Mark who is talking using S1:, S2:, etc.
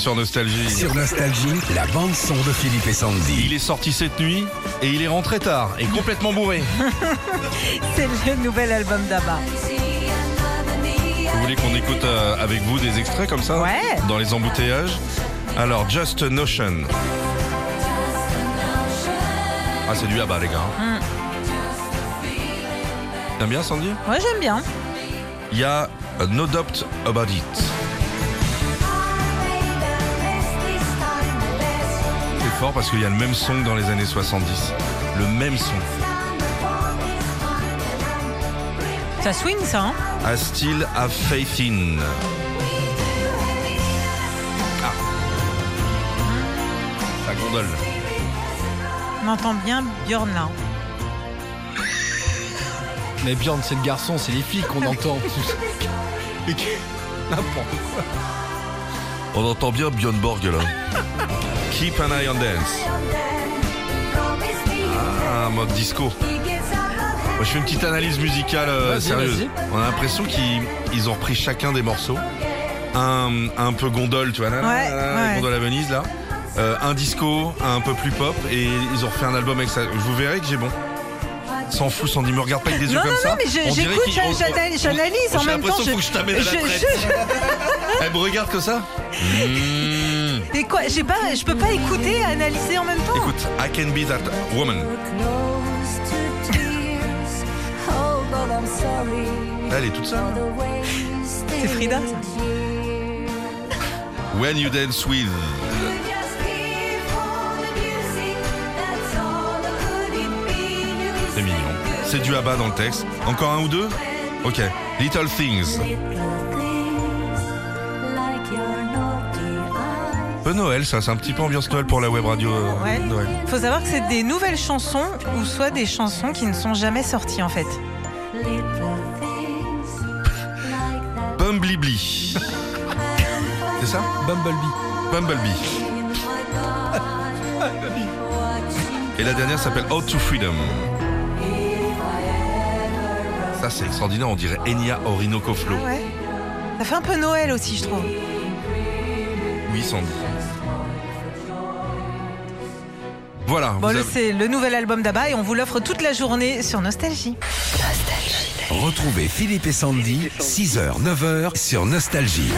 S1: sur Nostalgie.
S2: Sur Nostalgie, la bande son de Philippe et Sandy.
S1: Il est sorti cette nuit et il est rentré tard et complètement bourré.
S3: C'est le nouvel album d'Abba.
S1: Vous voulez qu'on écoute euh, avec vous des extraits comme ça
S3: Ouais.
S1: Dans les embouteillages. Alors, Just a Notion. Ah, c'est du là-bas, les gars. T'aimes bien, Sandy
S3: Moi j'aime bien.
S1: Il y a euh, No Doubt About It. C'est fort parce qu'il y a le même son que dans les années 70. Le même son.
S3: Ça swing ça. hein
S1: I still have faith in. Ah. Ça gondole.
S3: On entend bien Bjorn là.
S4: Mais Bjorn, c'est le garçon, c'est les filles qu'on entend.
S1: On entend bien Björn Borg là. Keep an eye on dance. Ah, mode disco. Moi, je fais une petite analyse musicale euh,
S4: Vas-y,
S1: sérieuse.
S4: vas-y.
S1: On a l'impression qu'ils ils ont repris chacun des morceaux. Un, un peu gondole, tu vois, là, là,
S3: Ouais,
S1: là, là, les
S3: ouais.
S1: gondoles à Venise là. Euh, un disco, un peu plus pop, et ils ont refait un album avec ça. Vous verrez que j'ai bon. S'en fout, Sandy, me regarde pas avec des yeux
S3: Non,
S1: comme
S3: non,
S1: ça.
S3: non, mais je-
S1: On dirait
S3: j'écoute,
S1: qu'ils-
S3: j'a-
S1: on-
S3: j'analyse- j'analyse
S1: on-
S3: en
S1: j'ai
S3: même temps,
S1: l'impression
S3: je-
S1: faut que je t'amène à la
S3: je-
S1: traite. Elle me regarde comme ça. Hmm.
S3: Mais quoi, j'ai pas, je peux pas écouter et analyser en même temps.
S1: Écoute, I can be that woman. Elle est toute seule.
S3: C'est Frida, ça.
S1: When you dance with. C'est mignon. C'est du ABBA dans le texte. Encore un ou deux Ok. Little Things. Peu Noël, ça. C'est un petit peu ambiance Noël pour la web radio. euh,
S3: Ouais.
S1: Noël.
S3: Faut savoir que c'est des nouvelles chansons ou soit des chansons qui ne sont jamais sorties en fait.
S1: Bumblebee. C'est ça
S4: Bumblebee.
S1: Bumblebee. Et la dernière s'appelle Out to Freedom. Ça, c'est extraordinaire. On dirait Enya Orinoco Flow.
S3: Ah Ouais. Ça fait un peu Noël aussi, je trouve.
S1: Oui, Sandy. Voilà.
S3: Bon,
S1: vous
S3: le-
S1: avez-
S3: c'est le nouvel album d'Abba et on vous l'offre toute la journée sur Nostalgie.
S2: Retrouvez Philippe et Sandy, 6h, 9h sur Nostalgie.